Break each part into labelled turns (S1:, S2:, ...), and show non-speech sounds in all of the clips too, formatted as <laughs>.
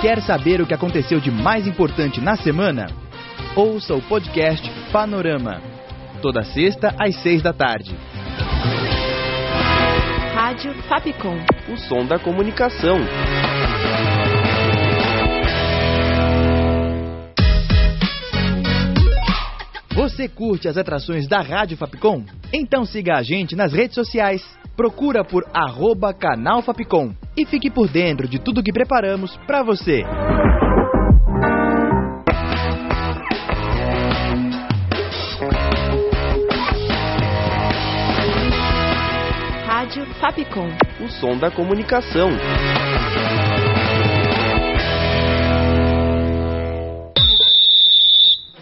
S1: Quer saber o que aconteceu de mais importante na semana? Ouça o podcast Panorama. Toda sexta às seis da tarde.
S2: Rádio Fapcom.
S3: O som da comunicação.
S1: Você curte as atrações da Rádio Fapcom? Então siga a gente nas redes sociais. Procura por arroba canal Fapcom e fique por dentro de tudo que preparamos para você.
S2: Rádio Fapcom.
S3: O som da comunicação.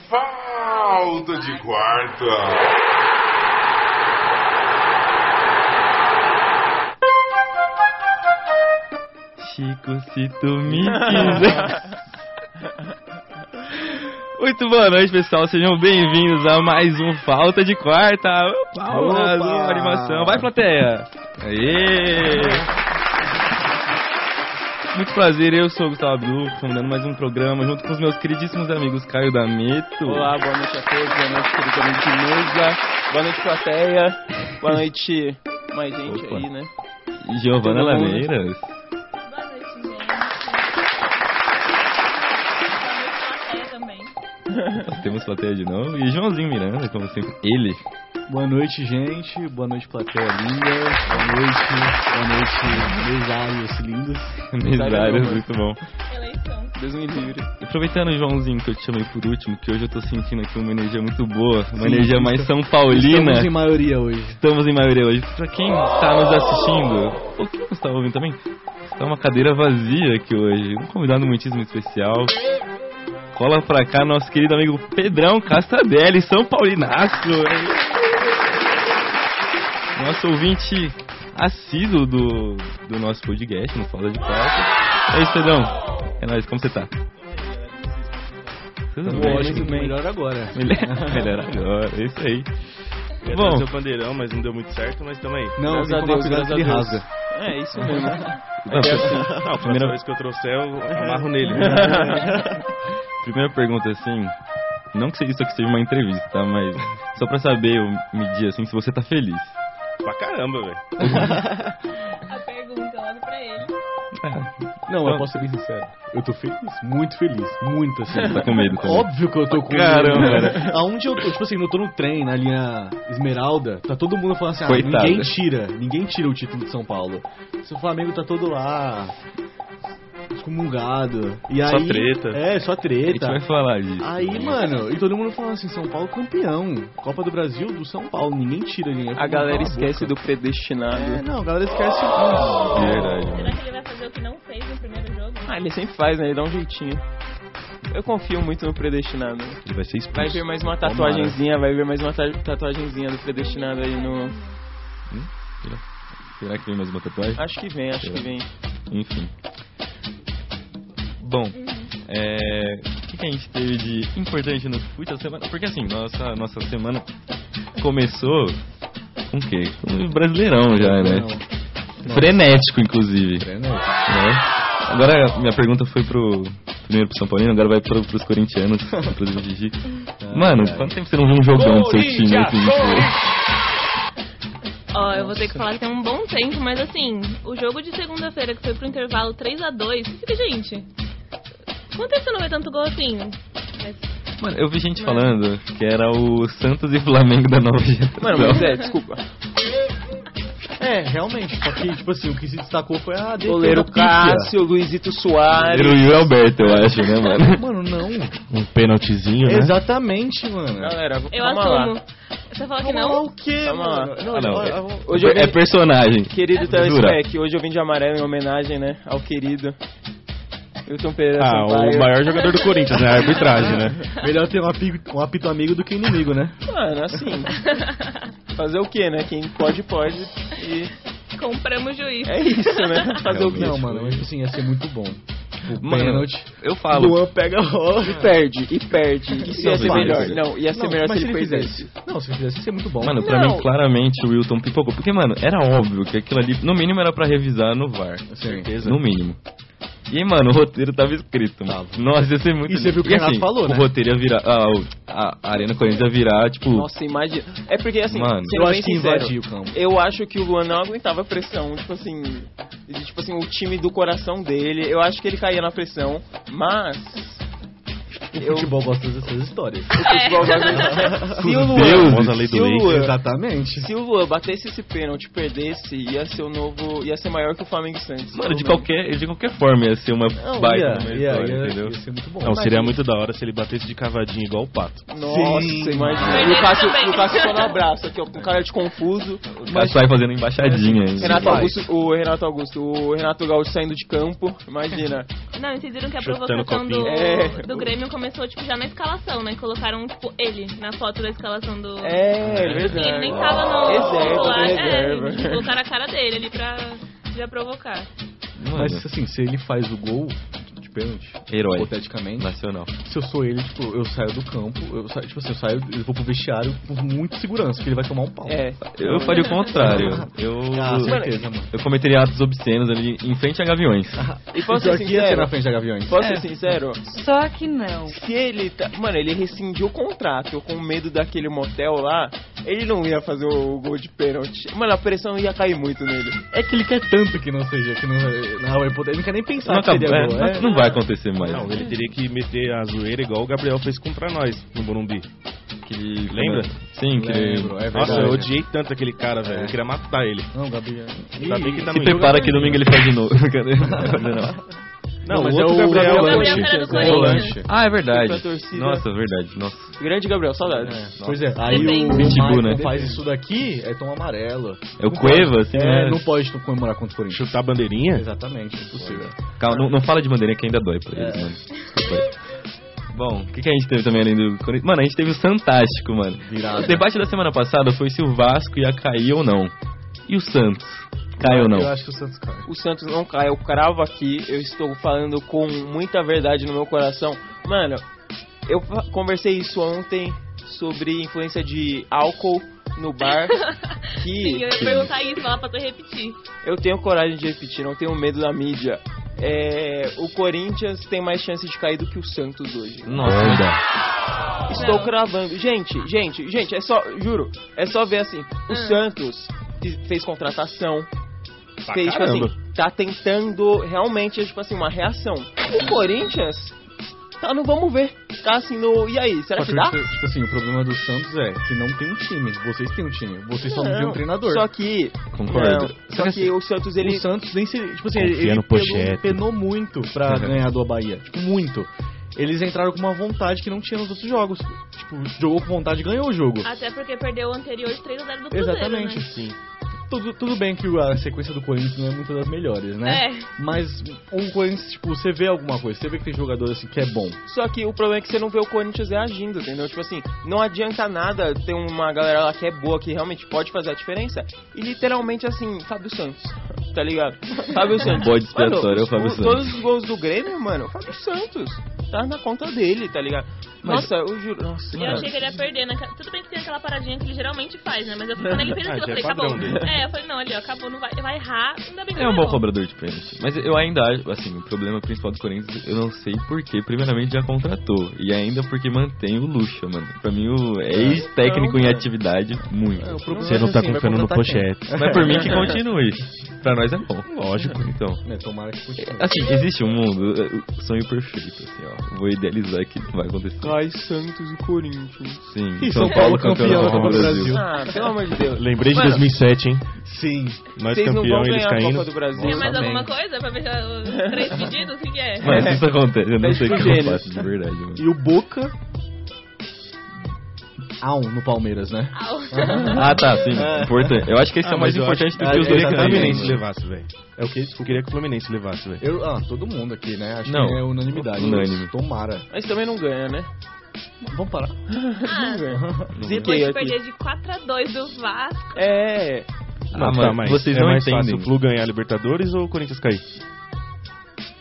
S4: Falta de quarta.
S5: Chico, se tu me quiser. Muito boa noite, pessoal. Sejam bem-vindos a mais um Falta de Quarta. Palmas,
S6: Opa!
S5: uma animação. Vai, plateia. Aê! Muito prazer, eu sou o Gustavo Abdu, comandando mais um programa junto com os meus queridíssimos amigos Caio D'Ameto.
S6: Olá, boa noite a todos, boa noite, querido amigo de mesa, boa noite, plateia, boa noite, mais gente
S5: Opa.
S6: aí, né?
S5: e Giovana
S6: Todo mundo.
S5: Lameiras.
S7: Boa noite, gente. Boa noite, você também.
S5: Nós <laughs> temos plateia de novo. E Joãozinho Miranda, como sempre, ele.
S8: Boa noite, gente. Boa noite, plateia linda. Boa noite, boa noite, mesários lindos.
S5: Mesários,
S6: Mesário,
S5: muito bom.
S7: Eleição.
S6: Deus me livre.
S5: Aproveitando, Joãozinho, que eu te chamei por último, que hoje eu tô sentindo aqui uma energia muito boa, uma energia mais São Paulina.
S8: Estamos em maioria hoje.
S5: Estamos em maioria hoje. Pra quem está nos assistindo, ou quem nos está tá ouvindo também, está uma cadeira vazia aqui hoje. Um convidado muitíssimo especial. Cola pra cá nosso querido amigo Pedrão Castadelli, São Paulinaço. Nosso ouvinte assíduo do, do nosso podcast, no Fala de Pauta. É isso, Pedrão. É nóis, como você tá? Tudo
S8: Estamos muito melhor agora.
S5: Melhor, melhor agora, é isso aí. Bom,
S3: Seu pandeirão, mas não deu muito certo, mas também.
S8: Não,
S6: Graças
S8: tem
S6: a
S8: que tomar
S6: Deus,
S8: cuidado que
S6: graças
S8: ele
S6: a Deus.
S8: rasga.
S6: É, isso mesmo.
S3: Não, a
S5: Primeira-
S3: primeira
S5: <laughs>
S3: vez que eu trouxer, eu amarro nele.
S5: Primeira pergunta, assim, não que isso aqui seja uma entrevista, tá? Mas só pra saber, eu medir, assim, se você tá feliz.
S3: pra caramba, velho.
S7: A pergunta logo pra ele.
S8: Não, eu posso ser bem sincero. Eu tô feliz, muito feliz, muito assim. né?
S5: Você tá com medo também.
S8: <laughs> Óbvio que eu tô com
S5: Caramba,
S8: medo.
S5: cara.
S8: Aonde eu tô, tipo assim, eu tô no trem, na linha Esmeralda, tá todo mundo falando assim, ah,
S5: Coitado.
S8: ninguém tira, ninguém tira o título de São Paulo. Se o Flamengo tá todo lá, excomungado. E
S3: Só
S8: aí,
S3: treta.
S8: É, só
S5: A gente
S8: treta.
S5: vai falar disso.
S8: Aí, mano, e todo mundo falando assim, São Paulo campeão, Copa do Brasil do São Paulo, ninguém tira ninguém.
S6: A galera esquece do predestinado.
S8: É, não, a galera esquece disso.
S5: De verdade,
S7: Será
S5: mano.
S7: que ele vai fazer o que não fez no primeiro jogo?
S6: Ah, ele sempre faz, né? Ele dá um jeitinho. Eu confio muito no predestinado.
S5: Ele vai ser expulso.
S6: Vai ver mais uma
S5: Tomara.
S6: tatuagenzinha, vai ver mais uma ta- tatuagenzinha do predestinado aí no...
S5: Será que vem mais uma tatuagem?
S6: Acho que vem, acho que vem.
S5: Enfim. Bom, é, o que, que a gente teve de importante no fute da semana? Porque assim, nossa, nossa semana começou com o quê? Com o Brasileirão já, né? Frenético, inclusive. né? Agora, minha pergunta foi pro. Primeiro pro São Paulino, agora vai pro, pros <laughs> corintianos, pro Gigi. Mano, quanto tempo você não viu um jogão do seu time? Assim, tipo,
S7: Ó, eu vou ter que falar que tem um bom tempo, mas assim, o jogo de segunda-feira que foi pro intervalo 3x2, fica, gente. Quanto tempo você não vê tanto gol assim? Mas
S5: mano, eu vi gente falando que era o Santos e Flamengo da nova geração.
S6: Mano, mas é, desculpa.
S8: É, realmente, só que, tipo assim, o que se destacou foi a defesa
S6: Goleiro
S8: pífia.
S6: Cássio, Luizito Soares.
S5: Era o Yuri Alberto, eu acho, né, mano?
S8: Mano, não.
S5: Um pênaltizinho, né?
S8: Exatamente, mano.
S6: Galera, vou-
S7: eu
S6: calma
S7: assumo.
S6: lá.
S7: Você fala que não?
S8: Vamos lá,
S7: Tá
S8: o quê,
S6: Calma lá.
S8: mano?
S5: Ah, não,
S8: olha,
S5: é-
S8: olha,
S6: Hoje eu
S5: É
S6: vim,
S5: personagem.
S6: querido
S5: Dura.
S6: Telespec, hoje eu vim de amarelo em homenagem, né, ao querido. Wilton Pereira
S3: Ah, o
S6: Sampaio.
S3: maior jogador do Corinthians, né? A arbitragem, né?
S8: Melhor ter um apito, um apito amigo do que inimigo, né?
S6: Mano, assim, fazer o quê, né? Quem pode, pode. E
S7: Compramos juiz.
S6: é isso, né? Fazer o quê?
S8: Não, mano, mas assim, ia ser muito bom. O
S5: Mano, ah,
S8: pênalti.
S5: Eu falo.
S8: Luan pega a bola.
S6: E perde, e perde. E
S5: Não,
S6: ia ser
S5: mas-
S6: melhor. Não, ia ser
S8: Não,
S6: melhor
S8: mas
S6: se ele perdesse.
S8: Não, se ele fizesse, ia ser muito bom.
S5: Mano, pra
S7: Não.
S5: mim, claramente o Wilton pipocou. Porque, mano, era óbvio que aquilo ali, no mínimo, era pra revisar no VAR.
S8: certeza.
S5: No mínimo. E, mano, o roteiro tava escrito, mano. Nossa, ia ser muito assim,
S8: E você viu o que o Renato falou, né?
S5: O roteiro ia virar. ah, o- a, a Arena Corinthians ia virar, tipo.
S6: Nossa, imagina. É porque assim,
S5: Mano.
S6: sendo
S8: eu
S6: bem
S8: acho que
S6: sincero,
S8: invadiu o campo.
S6: Eu acho que o Luan não aguentava a pressão, tipo assim, de, tipo assim, o time do coração dele. Eu acho que ele caía na pressão,
S8: <laughs>
S6: mas
S8: O
S6: eu
S8: futebol gosta dessas histórias.
S6: futebol
S8: É.
S6: brasileiro- se o
S5: deuses.
S6: Luan,
S3: Famosa lei
S6: se
S3: do
S6: o
S3: ex.
S6: Luan,
S8: Exatamente.
S6: se o Luan batesse esse pênalti, e perdesse, ia ser o novo, ia ser maior que o Flamengo e Santos. Então,
S5: Mano, de
S6: pelo menos.
S5: qualquer, de qualquer forma ia ser uma
S8: Não,
S5: baita
S8: ia,
S5: numa
S8: ia,
S5: história,
S8: ia-
S5: entendeu?
S8: ia ser muito bom.
S3: Não, seria muito da hora se ele batesse de cavadinho igual o Pato.
S6: Nossa,
S8: Sim.
S6: imagina. E
S7: Perdeu
S6: o Cássio,
S7: também.
S6: e o Cássio só no abraço, aqui, ó, com cara de confuso.
S5: O cara sai fazendo embaixadinha ainda.
S6: Renato
S8: Faz.
S6: Augusto, o Renato Augusto, o Renato Gaúcho saindo de campo, imagina.
S7: Não, vocês viram que a
S3: Chutando
S7: provocação do,
S3: copinho.
S6: É.
S7: do Grêmio começou, tipo, já na escalação, né? Colocaram, tipo, ele na foto da escalação do...
S6: É, é
S7: Sim,
S6: verdade.
S7: ele nem tava no...
S6: Reserva,
S7: titular.
S6: do
S7: É,
S6: reserva.
S7: tipo, colocaram a cara dele ali pra já provocar.
S5: Mano,
S8: Mas assim, se ele faz o gol de pênalti,
S5: é herói.
S8: hipoteticamente,
S5: Nacional.
S8: se eu sou ele, tipo, eu saio do campo, eu saio, tipo assim, eu saio, eu vou pro vestiário com muita segurança, porque ele vai tomar um pau.
S6: É.
S5: Eu faria o contrário. Eu.
S8: Ah, certeza, mano.
S5: Eu cometeria atos obscenos ali em frente a Gaviões.
S8: Ah,
S6: E posso
S8: Pior
S6: ser
S5: assim
S8: que ia ser na
S6: sincero?
S8: frente da Gaviões.
S6: Posso
S5: É.
S6: ser sincero?
S9: Só que não.
S6: Se ele. Tá... Mano, ele rescindiu o contrato com medo daquele motel lá. Ele não ia fazer o gol de pênalti. Mano, a pressão ia cair muito nele.
S8: É que ele quer tanto que não seja, que não, não, é hipotético, ele não quer nem pensar
S5: Não,
S8: que seria
S5: acabou, é,
S8: gol. É.
S5: não vai acontecer mais.
S3: Não, ele teria que meter a zoeira igual o Gabriel fez contra nós no Morumbi.
S5: Que ele-
S3: Lembra?
S5: Sim, que ele-
S8: Lembro, é
S3: Nossa,
S8: verdade.
S3: eu odiei tanto aquele cara, velho. Eu queria matar ele.
S8: Não, é. Gabriel.
S3: Ainda bem que tá
S5: Se
S3: no
S5: prepara
S3: Inter.
S5: que domingo ele faz de novo. <laughs> Cadê? Não.
S3: Não,
S8: Mas
S3: o
S8: é
S3: outro
S8: o
S3: Gabriel.
S7: O
S8: Gabriel
S7: Gabriel era
S3: Gabriel.
S7: do
S6: Volante,
S7: Corinthians.
S8: Volante.
S5: Ah, é verdade.
S6: Pra torcida.
S5: Nossa, é verdade. Nossa.
S6: Grande Gabriel, saudades.
S8: Pois é, aí o, o
S7: Depende.
S8: Michael
S5: né?
S8: faz isso daqui, é tom amarelo.
S5: É o Cueva, assim,
S8: É,
S5: né?
S8: não pode comemorar contra o Corinthians.
S3: Chutar a bandeirinha?
S8: Exatamente, impossível.
S5: Calma, não, não fala de bandeirinha que ainda dói pra eles,
S8: É.
S5: mano. Desculpa aí. Bom, o que, que a gente teve também além do Corinthians? Mano, a gente teve o Santástico, mano.
S8: Virada.
S5: O debate da semana passada foi se o Vasco ia cair ou não. E o Santos? Caiu ou não?
S8: Eu acho que o Santos cai.
S6: O Santos não cai, eu cravo aqui. Eu estou falando com muita verdade no meu coração. Mano, eu fa- conversei isso ontem sobre influência de álcool no bar.
S7: Sim,
S6: Que
S7: eu ia perguntar isso, falar pra tu repetir.
S6: Eu tenho coragem de repetir, não tenho medo da mídia. É, o Corinthians tem mais chance de cair do que o Santos hoje.
S5: Nossa.
S6: Estou
S7: Não.
S6: cravando. Gente, gente, gente, é só, juro, é só ver assim. O Santos fe- fez contratação,
S3: Pra
S6: fez, tipo assim,
S3: caramba.
S6: tá tentando realmente, tipo assim, uma reação. O Corinthians tá no vamos ver. Tá assim no. E aí, será
S8: Só
S6: que
S8: que,
S6: dá?
S8: tipo, tipo assim, o problema do Santos é que não tem um time. Vocês têm um time. Vocês só não têm um treinador.
S6: Só que.
S5: Concordo.
S6: não, só que o Santos ele.
S8: O Santos nem se. Tipo assim,
S3: Confia
S8: ele
S3: no
S8: penou-
S3: Pochettino.
S8: penou muito pra ganhar do Bahia. Tipo, muito. Eles entraram com uma vontade que não tinha nos outros jogos. Tipo, jogou com vontade e ganhou o jogo.
S7: Até porque perdeu o anterior de 3x0 do Cruzeiro,
S8: Exatamente.
S7: né?
S8: Sim. Tudo, tudo bem que a sequência do Corinthians não é muito das melhores, né?
S7: É.
S8: Mas o Corinthians, tipo, você vê alguma coisa, você vê que tem jogador assim que é bom.
S6: Só que o problema é que você não vê o Corinthians reagindo, entendeu? Tipo assim, não adianta nada ter uma galera lá que é boa, que realmente pode fazer a diferença. E literalmente assim, Fábio Santos, tá ligado? Fábio Santos.
S5: bode expiatório,
S6: Mano,
S5: é o Fábio
S6: os-
S5: Santos.
S6: Todos os gols do Grêmio, mano, o Fábio Santos. Tá na conta dele, tá ligado? Nossa, eu juro. Nossa,
S7: E eu
S6: mano.
S7: achei que ele ia perder. Né? Tudo bem que tem aquela paradinha que ele geralmente faz, né? Mas eu fui quando ele fez
S3: Ah,
S7: aquilo,
S3: já
S7: eu
S3: é
S7: falei,
S3: padrão
S7: acabou.
S3: dele.
S7: É, eu falei, não, ali, ó, acabou, não vai, vai errar, ainda bem que
S5: É
S7: não
S5: um bom
S7: errou.
S5: cobrador de pênalti. Mas eu ainda acho, assim, o problema principal do Corinthians, eu não sei porquê. Primeiramente já contratou. E ainda porque mantém o Lucha, mano. Pra mim, o é ex-técnico
S6: Não,
S5: em
S6: cara.
S5: atividade, muito.
S3: Você não tá confiando no pochete.
S5: Mas por mim que continue. Pra nós é bom. Lógico. Então.
S8: Né? Tomara que continue.
S5: Assim, existe um mundo, é, o sonho perfeito, assim, ó. Vou idealizar que não vai acontecer.
S6: Cai Santos e Corinthians.
S5: Sim.
S8: E São Paulo campeão da Copa do Brasil.
S6: Ah, pelo amor de Deus.
S3: Lembrei de
S6: Mano,
S3: 2007, hein?
S8: Sim.
S3: Nós
S6: Vocês não vão
S3: campeão, eles
S6: ganhar a
S3: caindo.
S6: Copa do Brasil. né?
S7: Tem mais
S6: Amém.
S7: alguma coisa pra fechar os três pedidos? O que, que é?
S5: Mas isso acontece, eu não
S6: Mas
S5: sei o
S6: pro
S5: que eu
S6: gênio.
S5: faço de verdade, mano.
S8: E o Boca Aon no Palmeiras, né?
S7: Au.
S5: <laughs> Ah, tá, sim. Importante. Eu acho que esse é o mais importante do
S3: Ah, eu
S5: que os dois
S3: queria que é o Fluminense
S5: também.
S3: levasse, velho. É o que eu queria que o Fluminense levasse, velho.
S8: Eu, ah, todo mundo aqui, né? Acho
S5: Não.
S8: que é unanimidade.
S5: Unânime.
S8: Tomara.
S6: Mas também não ganha, né? <laughs>
S8: Vamos parar.
S7: <laughs> Ah, depois
S6: Ziquei
S7: de
S6: aqui.
S7: perder de 4x2 do Vasco.
S6: É,
S5: Ah, tá, mas vocês
S3: é
S5: não
S3: mais
S5: entendem.
S3: fácil o Flu ganhar a Libertadores ou o Corinthians cair?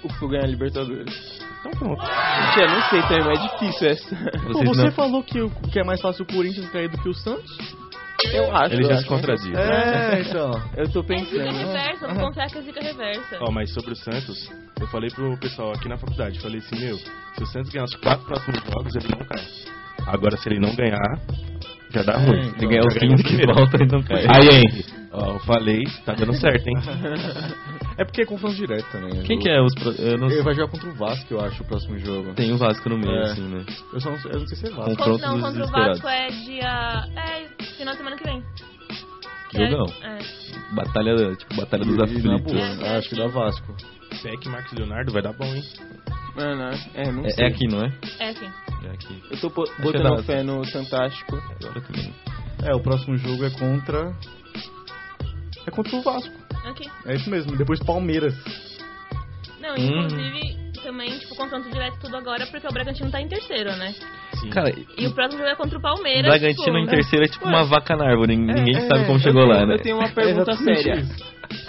S6: o Flu ganha a Libertadores.
S3: Então pronto.
S6: Gente, eu não sei também, mas é difícil essa.
S5: Vocês
S8: Pô, você
S5: não-
S8: falou que, o- que é mais fácil o Corinthians cair do que o Santos?
S6: Eu acho.
S3: Ele
S6: eu
S3: já
S6: acho,
S3: se contradiz. né?
S8: É, então.
S6: Eu tô
S7: É zica
S6: pensando. né?
S7: reversa, não consegue a zica reversa.
S3: Ó, mas sobre o Santos, eu falei pro pessoal aqui na faculdade, falei assim, meu, se o Santos ganhar os quatro próximos jogos, ele não cai. Agora, se ele não ganhar, já dá ruim.
S5: Se ganhar os 15 que
S3: primeiro.
S5: volta, <laughs> então cai.
S3: Aí, Henry. Ó, eu falei, tá dando certo, hein?
S8: É porque é confronto direto também. né?
S5: <laughs> Quem que é os... pro- Eu não
S8: Ele
S5: sei.
S8: vai jogar contra o Vasco, eu acho, o próximo jogo.
S5: Tem
S3: um
S5: o Vasco no meio,
S8: É.
S5: assim, né?
S8: Eu, só não, sei- eu não sei se é Vasco.
S7: Contra,
S5: Confrontos
S7: não, contra o
S5: desesperados.
S7: Vasco é dia. É, final de semana que vem.
S5: Jogão.
S7: É,
S5: Batalha, tipo, batalha dos
S8: E- e na
S5: aflitos.
S8: boa,
S7: É.
S8: né? Acho que dá Vasco.
S3: Peck, Marcos Leonardo, vai dar bom, hein?
S6: Mano, é, não
S5: É,
S6: sei.
S5: é aqui, não é?
S7: é, é sim.
S5: É aqui.
S6: Eu tô po-
S5: que é da
S6: botando
S5: Ásia.
S6: fé no Fantástico.
S5: Agora também.
S8: É, o próximo jogo é contra. É contra o Vasco.
S7: Ok.
S8: É isso mesmo. Depois Palmeiras.
S7: Não,
S5: Hum.
S7: inclusive, também, tipo, confronto direto tudo agora, porque o Bragantino tá em terceiro, né?
S5: Cara,
S7: E o próximo jogo é contra o
S5: o
S7: Palmeiras.
S5: Bragantino
S7: tipo,
S5: em terceiro é tipo uma vaca na árvore. nin- Ninguém
S6: É,
S5: sabe como
S6: eu
S5: chegou
S6: tenho-
S5: lá, né?
S6: Eu tenho uma pergunta
S8: exatamente
S6: séria.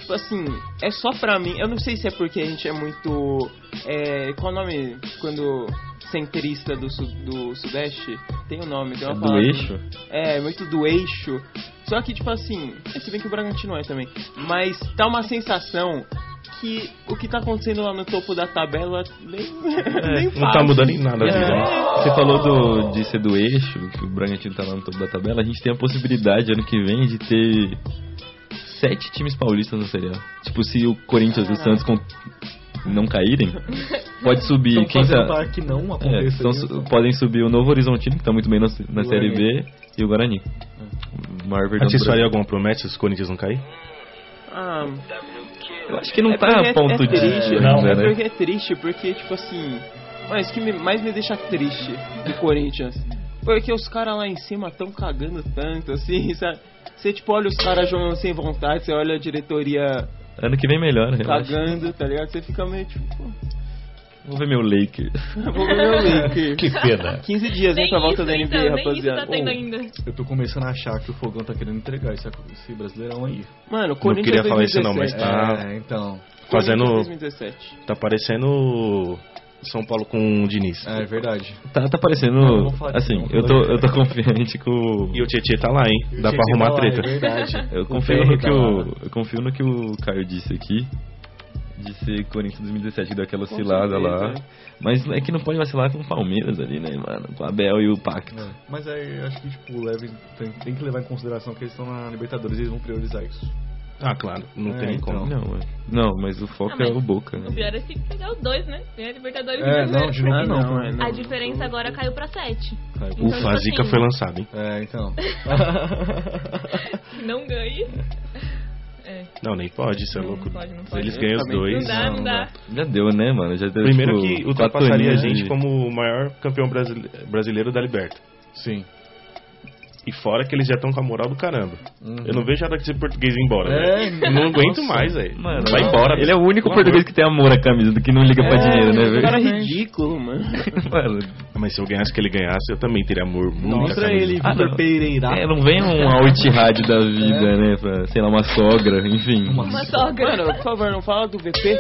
S6: Tipo assim, é só pra mim. Eu não sei se é porque a gente é muito. É, qual o nome? Quando. Centrista do, su- do Sudeste? Tem o nome, tem uma
S5: É Do
S6: palavra.
S5: eixo?
S6: É, muito do eixo. Só que, tipo assim. Se bem que o Bragantino é também. Mas tá uma sensação que o que tá acontecendo lá no topo da tabela nem, É.
S5: É.
S6: nem
S3: Não tá mudando em nada. assim, né?
S5: Você falou do, de ser do eixo, que o Bragantino tá lá no topo da tabela. A gente tem a possibilidade ano que vem de ter sete times paulistas no Série A. Tipo, se o Corinthians e o Santos com- não caírem, pode subir.
S8: Estão
S5: Quem
S8: Então, fazendo
S5: tá...
S8: para que não
S5: É,
S8: aconteça.
S5: então
S8: isso.
S5: su- podem subir o Novo Horizontino, que tá muito bem na, na Série B, e o Guarani. O maior
S3: Mas
S5: verdão do
S3: Isso aí
S5: Brasil.
S3: é alguma promessa se o Corinthians não cair?
S6: <laughs> Ah,
S5: Eu acho que não
S6: é
S5: tá
S6: porque
S5: a ponto de...
S6: é, triste,
S5: né,
S6: não,
S5: né?
S6: é porque é triste, porque tipo assim, mas o que me- mais me deixa triste do Corinthians, porque os caras lá em cima tão cagando tanto assim, <laughs> sabe? Você tipo olha os caras jogando sem vontade, você olha a diretoria
S5: Ano que vem né? melhora, relaxa.
S6: cagando, tá ligado? Você fica meio tipo, <laughs> pô,
S5: Vou ver meu Lakers.
S6: vou
S5: <laughs>
S6: ver meu link.
S4: Que pena.
S6: 15 dias, hein,
S7: Nem
S6: pra volta
S7: isso,
S6: da NBA,
S7: então, nem isso
S6: rapaziada. Um.
S7: tá tendo
S3: Oh.
S6: Ô,
S7: ainda.
S8: Eu tô começando a achar que o Fogão tá querendo entregar esse, esse brasileirão aí.
S6: Mano, Corinthians
S3: queria falar isso não, mas
S6: 2017.
S3: Tá.
S8: É, então.
S3: Fazendo-
S6: Corinthians 2017.
S3: Tá parecendo São Paulo com o Diniz.
S8: É verdade.
S5: Tá, tá
S8: Não,
S5: parecendo.
S8: vou falar
S5: Assim,
S8: disso não.
S5: eu tô, eu tô confiante com. o-
S3: E o Tietchan tá lá, hein? Dá pra
S8: Tinha que
S3: arrumar
S8: dar lá,
S3: treta.
S8: É verdade. <laughs>
S5: Eu
S8: Com
S5: confio
S8: PR
S5: no que
S8: tá lá, né?
S5: o. Eu confio no que o Caio disse aqui. De ser Corinthians 2017, que deu aquela oscilada lá.
S6: certeza.
S5: Mas é que não pode vacilar com o Palmeiras ali, né, mano? Com o Abel e o Pacto.
S8: É, Mas aí eu acho que tipo, leve, tem, tem que levar em consideração que eles estão na Libertadores e eles vão priorizar isso.
S3: Ah, claro. Não
S8: É,
S3: tem nem
S8: então.
S3: como.
S5: Não, é. não, mas o foco
S7: Ah, mas
S5: é o Boca, né?
S7: O pior é se pegar os dois, né? Tem a Libertadores e
S8: É,
S7: o
S8: não, de
S7: Brasileiro.
S8: novo
S6: Ah,
S8: não.
S6: não, é,
S7: A diferença agora caiu pra 7.
S8: Caiu.
S7: Então,
S3: Ufa,
S7: tipo
S3: a zica
S7: assim,
S3: foi lançada, hein?
S8: É, então.
S7: que Não ganhe. É,
S3: Não, nem pode, isso é
S7: Não
S3: louco.
S7: pode, não pode.
S3: Eles ganham os
S6: Também
S7: não
S3: dois.
S7: dá, não dá.
S5: Já deu, né, mano? Já deu,
S3: Primeiro
S5: tipo,
S3: que
S5: quatro
S3: ultrapassaria a
S5: aninhos
S3: gente
S5: de-
S3: como o maior campeão brasile- brasileiro da Liberta.
S8: Sim.
S3: E fora que eles já estão com a moral do caramba. Eu não vejo a hora que esse português ir embora,
S8: É,
S3: velho. Não aguento
S8: nossa.
S3: mais, velho.
S5: Mano,
S3: Vai embora.
S5: Ele é o único português que tem amor à camisa, do que não liga pra dinheiro, né,
S6: O
S5: velho?
S6: cara é ridículo, mano.
S5: <laughs> Mano,
S3: Ah, Mas se eu ganhasse o que ele ganhasse, eu também teria amor muito à
S8: Mostra
S3: camisa.
S8: ele,
S5: Ah,
S8: Vitor
S5: não.
S8: Pereira.
S5: é, não vem um alt-rádio da vida, né? Pra, sei lá, uma sogra, enfim.
S7: Uma
S8: Uma
S7: sogra.
S6: Mano, por favor, não fala do VP,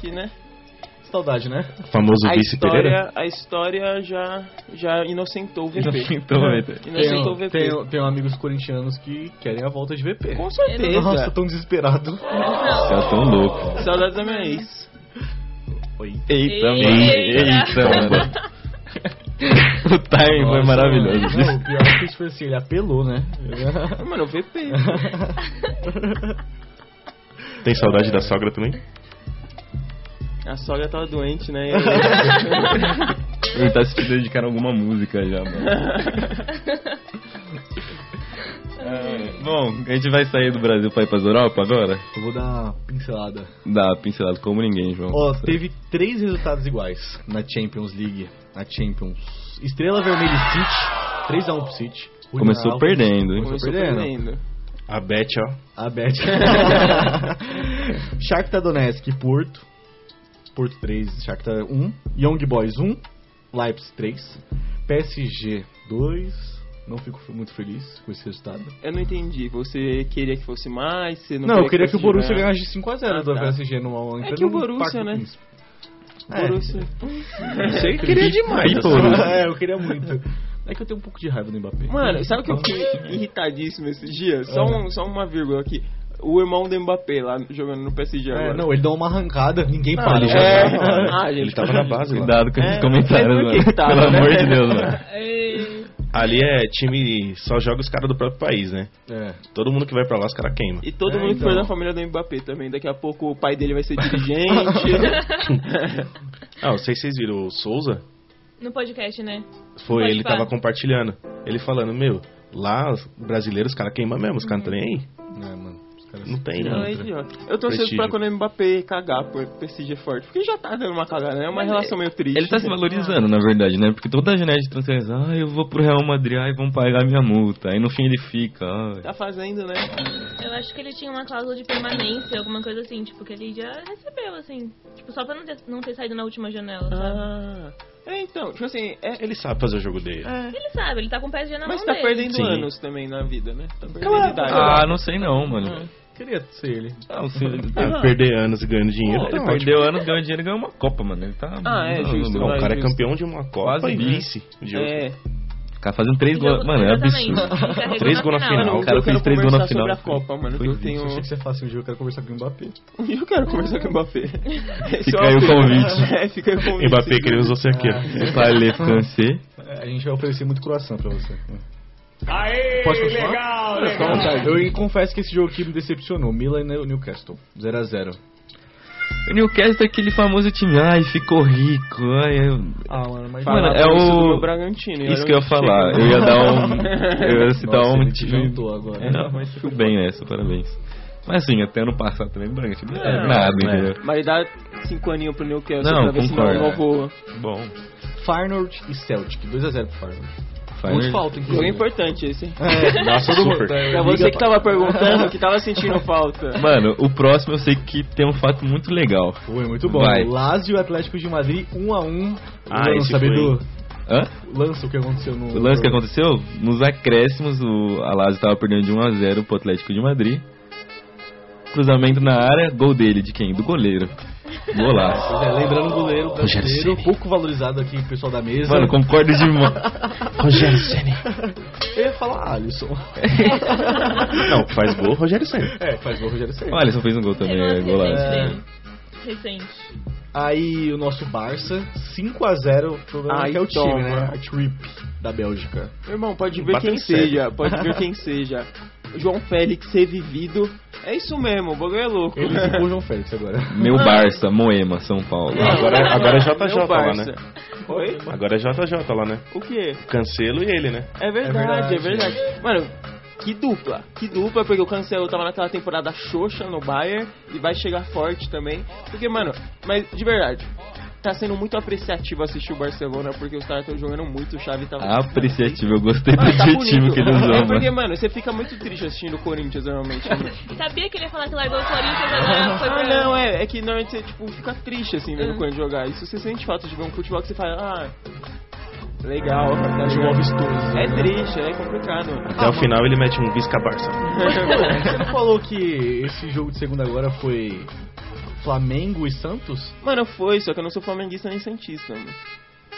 S6: que né?
S8: saudade, né?
S3: O famoso
S6: a
S3: vice Pereira.
S6: história, a história já, já inocentou o VP.
S5: Então, velho,
S6: Inocentou o VP.
S8: tenho, tenho amigos corintianos que querem a volta de VP.
S6: Com certeza.
S8: Nossa, tão desesperado.
S7: tá-
S5: os caras tão louco.
S6: Saudades da minha ex.
S5: Eita,
S3: Então,
S7: Eita.
S5: mano. Eita,
S3: né?
S5: <laughs> mano. o timing foi maravilhoso. né?
S8: Não, o pior é que isso foi assim, ele apelou, né?
S6: Ah, Mano, o VP.
S3: Tem saudade da sogra também?
S6: A sogra tava doente, né? E aí-
S5: Ele tá se dedicar a alguma música já, mano. É, bom, a gente vai sair do Brasil pra ir pras Europa agora?
S8: Eu vou dar uma pincelada.
S5: Dá pincelado como ninguém, João.
S8: Ó, teve três resultados iguais na Champions League. Na Champions. Estrela Vermelha e City, 3x1 pro City.
S5: Começou perdendo, hein?
S6: Começou
S8: perdendo.
S6: perdendo.
S3: A Beth, ó.
S8: A Bet. <laughs> Shakhtar Donetsk e Porto. Porto 3, Shakhtar 1. Young Boys 1. Leipzig 3. PSG 2. Não fico muito feliz com esse resultado.
S6: Eu não entendi. Você queria que fosse mais? Você não,
S8: Não, eu queria que o Borussia
S6: ganhasse.
S8: ganhasse de 5x0 do
S6: Ah, tá.
S8: PSG no
S6: É
S8: Inter
S6: que o
S8: não
S6: Borussia,
S8: pacta
S6: né?
S8: com isso. É.
S6: Borussia.
S3: Você queria demais.
S5: Bi-
S8: <laughs>
S6: assim.
S8: É, eu queria muito. É que eu tenho um pouco de raiva do Mbappé. Então,
S6: Mano, sabe o que eu fiquei irritadíssimo esses dias? Só, um, só uma vírgula aqui. O irmão do Mbappé lá jogando no PSG
S8: É,
S6: agora.
S8: não, ele dá uma arrancada, ninguém
S3: Não,
S8: para.
S3: ele já
S6: É,
S3: tava lá.
S6: ah, gente.
S5: tá-
S3: Ele tava na base lá.
S5: Cuidado com esses
S6: É,
S5: comentários,
S6: é
S5: mano.
S6: porque tá,
S5: Pelo
S6: né?
S5: amor de Deus, mano.
S6: <laughs>
S3: Ali é time, só joga os caras do próprio país, né?
S8: É.
S3: Todo mundo que vai pra lá, os caras queimam.
S6: E todo
S8: É,
S6: mundo que foi
S8: então.
S6: da família do Mbappé também. Daqui a pouco o pai dele vai ser dirigente.
S3: Ah, não sei se vocês viram, o Souza,
S7: No podcast, né?
S3: foi,
S7: Pode
S3: ele
S7: falar.
S3: tava compartilhando. Ele falando, meu, lá os brasileiros, os caras queimam mesmo, os caras não tão nem aí.
S8: É, mano. Os caras
S3: Não tem, né?
S6: Não, é
S3: outra.
S6: idiota. Eu tô ansioso
S3: Prestígio.
S6: pra quando o Mbappé cagar por PSG forte. Porque já tá dando uma cagada, né? É uma relação meio triste.
S5: Ele tá se valorizando, na verdade, né? Porque toda a janela de transferência, ah, eu vou pro Real Madrid, ai, vão pagar minha multa. Aí no fim ele fica, ai.
S6: Tá fazendo, né?
S7: Eu acho que ele tinha uma cláusula de permanência, alguma coisa assim, tipo, que ele já recebeu, assim. Tipo, só pra não ter, não ter saído na última janela, sabe?
S6: Ah. É, então, tipo assim, é.
S3: Ele sabe fazer o jogo dele.
S7: Ele sabe, ele tá com o PSG na
S6: Mas
S7: mão
S6: tá
S7: dele.
S6: perdendo
S3: Sim.
S6: anos também na vida, né? Tá perdendo idade.
S5: Ah, não sei não, mano.
S8: Queria ser ele.
S5: Ah, o <laughs> senhor-
S3: Ah, perder anos e ganhando dinheiro.
S5: Pô, ele
S3: tá ótimo.
S5: perdeu anos, ganhou dinheiro e ganhou uma Copa, mano. Ele tá.
S6: Ah, é, justo,
S5: Não,
S3: Não,
S5: o
S3: o cara é
S6: justo.
S3: campeão de uma Copa
S5: Quase
S3: e
S5: bi.
S3: vice de outra.
S6: É,
S5: Cara tá fazendo três
S7: Ele jogou-
S5: gols. Mano, é
S7: exatamente,
S5: absurdo.
S7: ele carregou
S3: Três gols na final.
S7: né?
S6: mano,
S5: o cara
S6: Ah, eu quero
S5: fez três gols na
S6: conversar
S5: final,
S6: sobre a Copa, mano. que
S5: foi
S6: eu
S5: isso,
S6: tenho.
S8: Eu achei que você falasse um dia, eu quero conversar com o Mbappé.
S6: <laughs> Eu quero conversar
S5: <laughs>
S6: com o Mbappé. Esse
S5: Fica aí o
S6: apelo.
S5: convite.
S6: <laughs> É, fica aí o
S5: né?
S6: convite.
S3: Mbappé querendo você aqui. ó.
S5: Eu falei, cansei.
S8: A gente vai oferecer muito coração pra você.
S4: Aê,
S8: Pode continuar?
S4: legal,
S8: Fica à
S4: legal.
S8: vontade. Eu confesso que esse jogo aqui me decepcionou. Milan e New- Newcastle. 0x0.
S5: O Newcastle é aquele famoso time, ai, ficou rico, ai, eu...
S8: Ah, mano, mas...
S6: Fala
S5: Mano, é
S6: pra isso
S5: o-
S6: do meu Bragantino, e
S5: Isso
S6: olha
S5: que eu ia
S6: onde chega.
S5: falar. Eu ia dar um.
S6: <laughs>
S5: Eu ia citar
S8: Nossa,
S5: um
S8: ele te
S5: time.
S8: jantou agora.
S5: É, não, mas tudo bem nessa, parabéns. Mas assim, até ano passado também, Bragantino não é nada,
S3: é.
S5: entendeu?
S6: Mas dá cinco aninhos pro Newcastle
S5: Não,
S6: pra ver se não é um
S5: concordo.
S6: novo.
S5: Bom,
S8: Farnold e Celtic. 2x0 pro Farnold. Muito falta,
S6: Jogo
S8: inclusive.
S6: importante esse.
S8: É,
S3: Nossa,
S8: todo mundo-
S3: super.
S8: é,
S6: Pra
S8: liga
S6: você que
S8: pra-
S6: tava perguntando,
S5: <laughs>
S6: que tava sentindo falta.
S5: Mano, o próximo eu sei que tem um fato muito legal.
S8: Foi muito bom.
S5: Vai.
S8: Lazio e Atlético de Madrid, 1x1.
S3: Ah,
S8: eu não
S3: esse
S8: sabia
S3: foi.
S8: do
S5: Hã?
S8: lance o que aconteceu no...
S5: O lance que aconteceu? Nos acréscimos, o a Lazio tava perdendo de 1x0 pro Atlético de Madrid. Cruzamento na área, gol dele, de quem? Do goleiro. Golaço.
S8: <laughs> É, lembrando o goleiro brasileiro, pouco valorizado aqui, pessoal da mesa.
S5: Mano, concordo demais.
S3: Rogério Senna.
S8: Eu ia falar
S5: <laughs>
S8: "Ah, Alisson.
S3: Não, faz gol, Rogério Senna.
S8: É, faz gol Rogério Senna.
S5: Olha, só fez um gol também,
S7: Teve um
S5: é,
S7: lance
S5: golaço.
S7: recente dele. Recente.
S8: Aí o nosso Barça, 5x0 pro
S6: Ai,
S8: que é o time,
S6: toma.
S8: né? A Trip da Bélgica.
S6: Meu irmão, pode
S3: Um
S6: ver quem
S3: batencelo.
S6: seja, pode
S5: <laughs>
S6: ver quem seja. João Félix revivido. É isso mesmo, o bagulho é louco.
S8: Ele <laughs> ficou o João Félix agora.
S5: Meu Barça, Moema, São Paulo.
S3: Agora- agora é
S6: Meu
S3: JJ lá, né?
S6: Barça. Oi?
S3: Agora é JJ lá, né?
S6: O quê?
S3: Cancelo e ele, né?
S6: É verdade,
S8: É
S6: é verdade. Mano, que dupla. Que dupla, porque o Cancelo tava naquela temporada xoxa no Bayern e vai chegar forte também. Porque, mano, mas de verdade, tá sendo muito apreciativo assistir o Barcelona porque os caras estão jogando muito, o Xavi tava...
S5: Apreciativo, eu gostei do <laughs>
S6: Mano, tá
S5: adjetivo
S6: bonito.
S5: que ele
S6: é
S5: usou,
S6: porque,
S5: mano.
S6: mano, você fica muito triste assistindo o Corinthians normalmente. <laughs> né?
S7: Sabia que ele ia falar que largou o Corinthians agora foi
S6: Ah,
S7: pra...
S6: não, é, é que normalmente você tipo, fica triste assim vendo
S7: Ah.
S6: quando jogar. Isso você sente falta de ver um futebol que você fala, ah, legal, tá
S8: Futebol
S6: jogando.
S8: vistoso.
S6: É triste, é complicado.
S3: Até o final ele mete um visca Barça.
S8: Você não falou que esse jogo de segunda agora foi Flamengo e Santos?
S6: Mano, foi, só que eu não sou flamenguista nem santista, mano.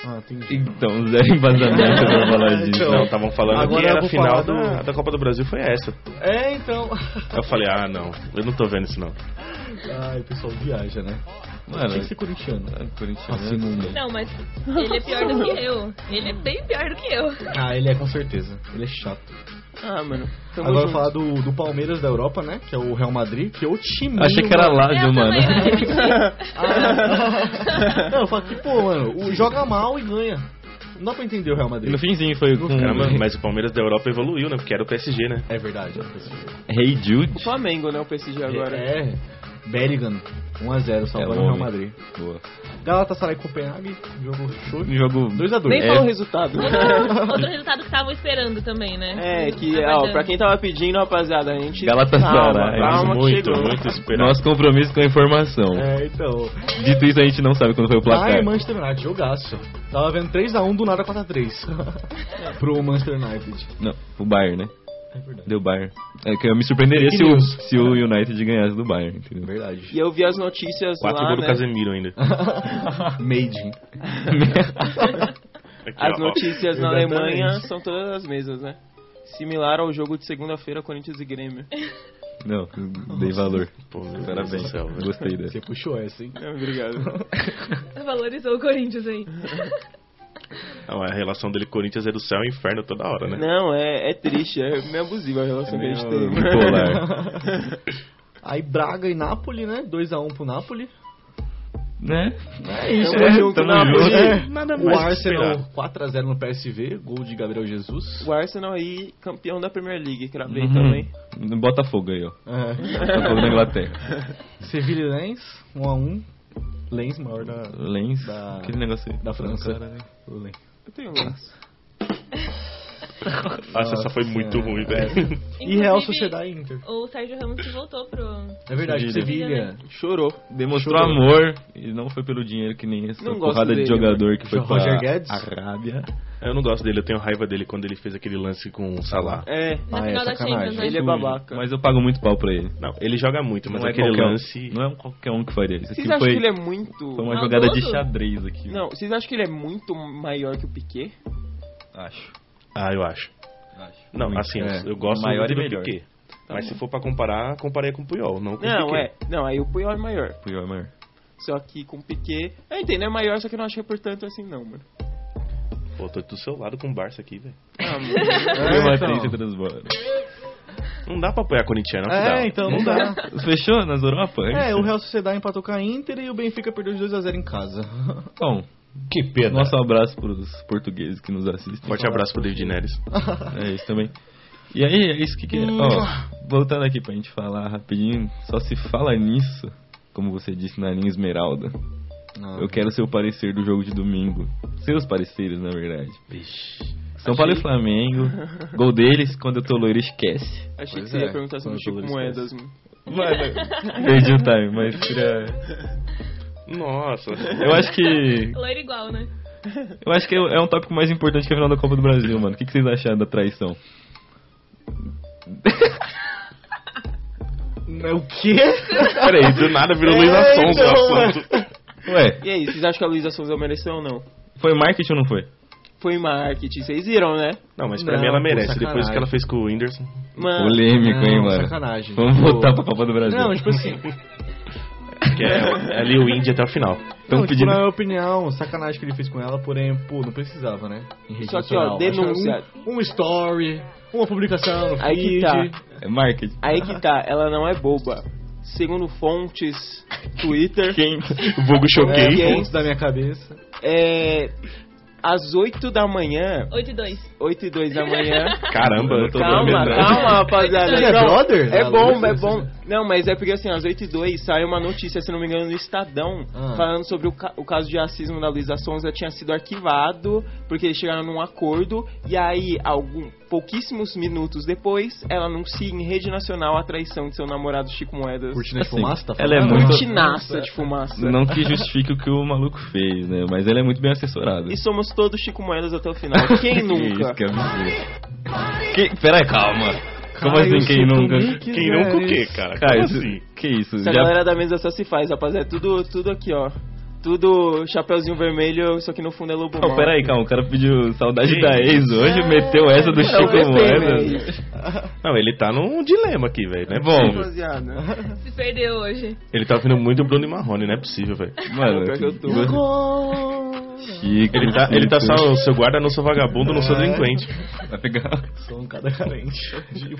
S8: Ah, entendi.
S5: Então, zero embasamento pra falar disso.
S3: Não, estavam falando
S8: Agora
S3: que
S8: eu
S3: era a
S8: vou
S3: final
S8: falar
S3: da,
S8: do-
S3: da Copa do Brasil, foi essa.
S8: É, então.
S3: Eu falei, ah, não, eu não tô vendo isso, não.
S8: <laughs> Ai, o pessoal viaja, né?
S5: tá, Mano,
S8: Tem que ser corintiano.
S5: ah,
S8: Assim,
S5: corintiano.
S8: não dá.
S7: Não, mas ele é pior do que eu. Ele é bem pior do que eu.
S8: Ah, ele é com certeza. Ele é chato.
S6: Ah, mano. Tamo
S8: Agora eu vou
S6: junto.
S8: falar do, do Palmeiras da Europa, né? Que é o Real Madrid, que é o time.
S5: Achei que era
S7: eu
S5: Lazio, Ah, mano.
S7: também, né?
S8: Não, eu falo que, pô, mano, o joga mal e ganha. Não dá pra entender o Real
S5: E
S8: Madrid.
S5: no finzinho foi com
S3: Caramba, mas o Palmeiras da Europa evoluiu, né? Porque era o PSG, né?
S8: É verdade.
S5: Hey Jude.
S6: O Flamengo, né? O PSG agora.
S8: É. Berrigan, 1x0, salvando
S5: É
S8: o Real
S5: bom,
S8: Madrid.
S5: Boa.
S8: Galatasaray e Copenhague, jogo show.
S5: Um jogo
S8: 2x2.
S6: Nem
S5: É.
S6: fala o resultado.
S7: Outro, outro resultado que estavam esperando também, né?
S6: É, que, ó, pra quem tava pedindo, rapaziada, a gente.
S5: Galatasaray.
S6: Calma, calma que
S3: né? muito,
S6: chegou.
S3: muito esperado.
S5: Nosso compromisso com a informação.
S8: É, então.
S5: Dito isso, a gente não sabe quando foi o
S8: Ah, e
S5: placar.
S8: Manchester United, jogaço. Tava vendo 3x1, do nada 4x3. <laughs> Pro Manchester United.
S5: não, o Bayern, né?
S8: É verdade.
S5: Deu Bayern. É que eu me surpreenderia
S8: Fake
S5: se o,
S8: news.
S5: se o United ganhasse do Bayern, entendeu?
S8: Verdade.
S6: E eu vi as notícias
S3: Quatro
S6: lá,
S3: gols do
S6: né?
S3: Casemiro ainda.
S8: Made in.
S3: Aqui,
S6: As
S3: ó, ó.
S6: notícias na
S8: Exatamente.
S6: Alemanha são todas as mesmas, né? Similar ao jogo de segunda-feira, Corinthians e Grêmio.
S5: Não, dei valor.
S3: Pô, meu Deus do céu, velho.
S5: Gostei dessa.
S8: Você puxou essa, hein?
S3: <laughs>
S6: Obrigado.
S7: Valorizou o Corinthians aí.
S3: Não, a relação dele com o Corinthians é do céu ao inferno toda hora, né?
S6: Não, é, é triste, é meio abusiva a relação que a gente tem. né?
S5: Bipolar.
S8: <laughs> Aí Braga e Napoli, né? 2x1 pro Napoli.
S5: Né?
S8: É isso,
S5: É, tamo junto.
S8: É.
S3: Nada
S8: O
S3: mais pra
S8: Arsenal
S3: esperar.
S8: 4x0 no PSV, gol de Gabriel Jesus.
S6: O Arsenal aí, campeão da Premier League, cravei
S5: Uhum.
S6: também.
S5: No Botafogo aí, ó.
S8: É.
S5: Botafogo da
S8: <laughs>
S5: Inglaterra.
S8: Sevilla e Lens, 1x1. Lens maior da,
S5: Lens,
S8: Da-
S5: aquele negócio aí.
S8: da França.
S5: Cara, né?
S8: do Lens.
S6: Eu tenho um lance.
S3: Nossa, essa foi muito
S8: Nossa,
S3: ruim,
S8: é.
S3: velho. <laughs>
S8: E Real
S7: Inclusive,
S8: Sociedade e Inter.
S7: O Sérgio Ramos que voltou pro.
S8: É verdade,
S7: Sevilha.
S8: Sevilha.
S6: né? Chorou.
S5: Demonstrou
S8: Chorou.
S5: amor e não foi pelo dinheiro que nem essa
S6: Não gosto
S5: porrada de
S6: dele, né?
S5: jogador que foi pra
S8: Roger Guedes?
S5: Arábia.
S3: Eu não gosto dele, eu tenho raiva dele quando ele fez aquele lance com o Salah.
S6: É,
S7: Na
S8: Ah, é
S7: final da
S8: sacanagem.
S7: Champions, né?
S6: Ele é babaca.
S5: Mas eu pago muito pau pra ele.
S3: Não, ele joga muito, mas
S5: não é
S3: aquele
S5: qualquer
S3: lance.
S5: Um, não é um qualquer um que faria isso.
S6: vocês
S5: Aqui
S6: acham
S5: foi,
S6: que ele é muito.
S5: foi uma
S7: Maldoso?
S5: jogada de xadrez aqui.
S6: Não, vocês acham que ele é muito maior que o Piquet?
S5: Acho.
S3: Ah, eu acho.
S5: acho.
S3: Não,
S5: Muito.
S3: assim, eu-
S5: É.
S3: eu gosto
S5: Maior
S3: muito
S5: e
S3: do
S5: melhor.
S3: Piquet. Mas se for pra comparar, comparei com o Puyol, não com o
S6: Não,
S3: Piquet.
S6: é. Não, aí o Puyol é maior.
S5: Puyol é maior.
S6: Só que com o Piquet. Eu entendo, é maior, só que eu não acho que é por tanto assim, não, mano.
S3: Pô, tô do seu lado com o Barça aqui, velho.
S6: <laughs> Ah, mano.
S5: É, uma
S8: então.
S5: atriz que transborda.
S3: Não dá pra apoiar a Corinthians, não.
S8: É,
S3: dá.
S8: então não dá.
S5: <laughs> Fechou nas Europa?
S8: É,
S5: isso?
S8: o Real Sociedade empatou com a Inter e o Benfica perdeu de 2x0
S5: <laughs>
S8: em casa.
S5: Bom,
S3: Que pena.
S5: nosso abraço pros portugueses que nos assistem.
S3: Forte abraço pro David Neres.
S5: É isso também. E aí, é isso que que...
S8: Hum.
S5: Ó, voltando aqui pra gente falar rapidinho, só se fala nisso, como você disse na linha Esmeralda.
S8: Ah.
S5: Eu quero seu parecer do jogo de domingo. Seus pareceres, na verdade. São Paulo e Flamengo. Gol deles, quando eu tô loiro, esquece.
S6: Achei
S8: Pois
S6: que você
S8: é,
S6: ia perguntar sobre o
S8: quando
S6: Chico
S8: o Toulouse
S6: Moedas, mano.
S5: Mano, perdi o time, mas seria...
S3: Nossa.
S5: Eu acho que...
S7: Loiro igual, né?
S5: Eu acho que é um tópico mais importante que a final da Copa do Brasil, mano. O que, que vocês acharam da traição?
S8: É o quê?
S3: Peraí, <laughs> do nada virou Luiz
S8: É,
S3: Assunção
S8: então,
S3: o assunto.
S5: Ué,
S6: E aí, vocês acham que a Luísa Souza mereceu ou não?
S5: foi marketing ou não foi?
S6: Foi marketing, vocês viram, né?
S3: Não, mas pra
S8: Não,
S3: mim ela
S8: pô,
S3: merece.
S8: sacanagem.
S3: Depois que ela fez com o Whindersson.
S6: Mano,
S5: Polêmico, hein,
S8: Não,
S5: mano.
S8: sacanagem.
S5: Vamos
S8: Pô.
S5: voltar pra Copa do Brasil.
S8: Não, tipo assim,
S3: Que é, é ali o Indy até o final.
S5: <laughs> Tão
S8: não, tipo,
S5: pedindo-
S8: na minha opinião, sacanagem que ele fez com ela, porém, pô, não precisava, né? Em rede
S6: Só que,
S8: social.
S6: ó, denúncia.
S8: Acho que Um, um story, uma publicação no feed.
S6: Aí que tá.
S5: É marketing.
S6: aí que tá, ela não é boba. Segundo fontes, Twitter,
S5: Quem?
S3: Vulgo
S8: É,
S3: choquei.
S8: pontos da minha cabeça.
S6: é. Às 8 da manhã,
S7: 8 e 2.
S6: 8 e 2
S5: <laughs>
S6: da manhã.
S3: Caramba, eu tô
S6: Calma,
S3: lembrando.
S6: calma, rapaziada.
S8: Ele é
S6: Não,
S8: brother?
S6: É
S8: Ah,
S6: bom,
S8: Luísa
S6: é bom. Não, mas é porque assim, às 8 e 2 saiu uma notícia, se não me engano, no Estadão,
S8: Ah.
S6: falando sobre o, ca- o caso de racismo da Luísa Sonza tinha sido arquivado, porque eles chegaram num acordo, e aí, algum, pouquíssimos minutos depois, ela anuncia em rede nacional a traição de seu namorado Chico Moedas.
S8: Cortina de
S5: Assim,
S8: fumaça, tá
S5: ela é
S8: falando?
S5: muito-
S6: Cortinaça de fumaça.
S5: Não que justifique o que o maluco fez, né? Mas ele é muito bem assessorado.
S6: E somos todos Chico Moedas até
S5: <laughs>
S6: o final. Quem nunca?
S5: Isso que é absurdo. Que... Pera aí, calma. Como assim quem nunca?
S3: Quem nunca o quê, cara?
S5: Cara,
S3: Como
S5: isso...
S3: assim?
S5: que isso?
S6: Essa
S8: é
S5: Já...
S6: galera da mesa só se faz, rapaziada. Tudo, tudo aqui, ó. Tudo chapeuzinho vermelho, só que no fundo é lobo
S5: Não,
S6: mau.
S5: pera aí, calma. O cara pediu saudade
S3: Que
S5: da ex hoje, meteu essa
S8: É
S5: do
S6: Eu
S5: Chico
S6: gostei,
S5: Moedas.
S6: velho.
S3: Não, ele tá num dilema aqui, velho. Não é bom.
S6: Rapaziada.
S7: Se perdeu hoje.
S3: Ele tá ouvindo muito Bruno e Marrone, não é possível, velho.
S5: Mano,
S6: Pior que eu tô.
S5: Chico,
S3: Ele tá, ele tá só, o seu guarda, não sou vagabundo, não sou
S8: É.
S3: delinquente.
S5: Vai pegar...
S8: Sou um cara carente.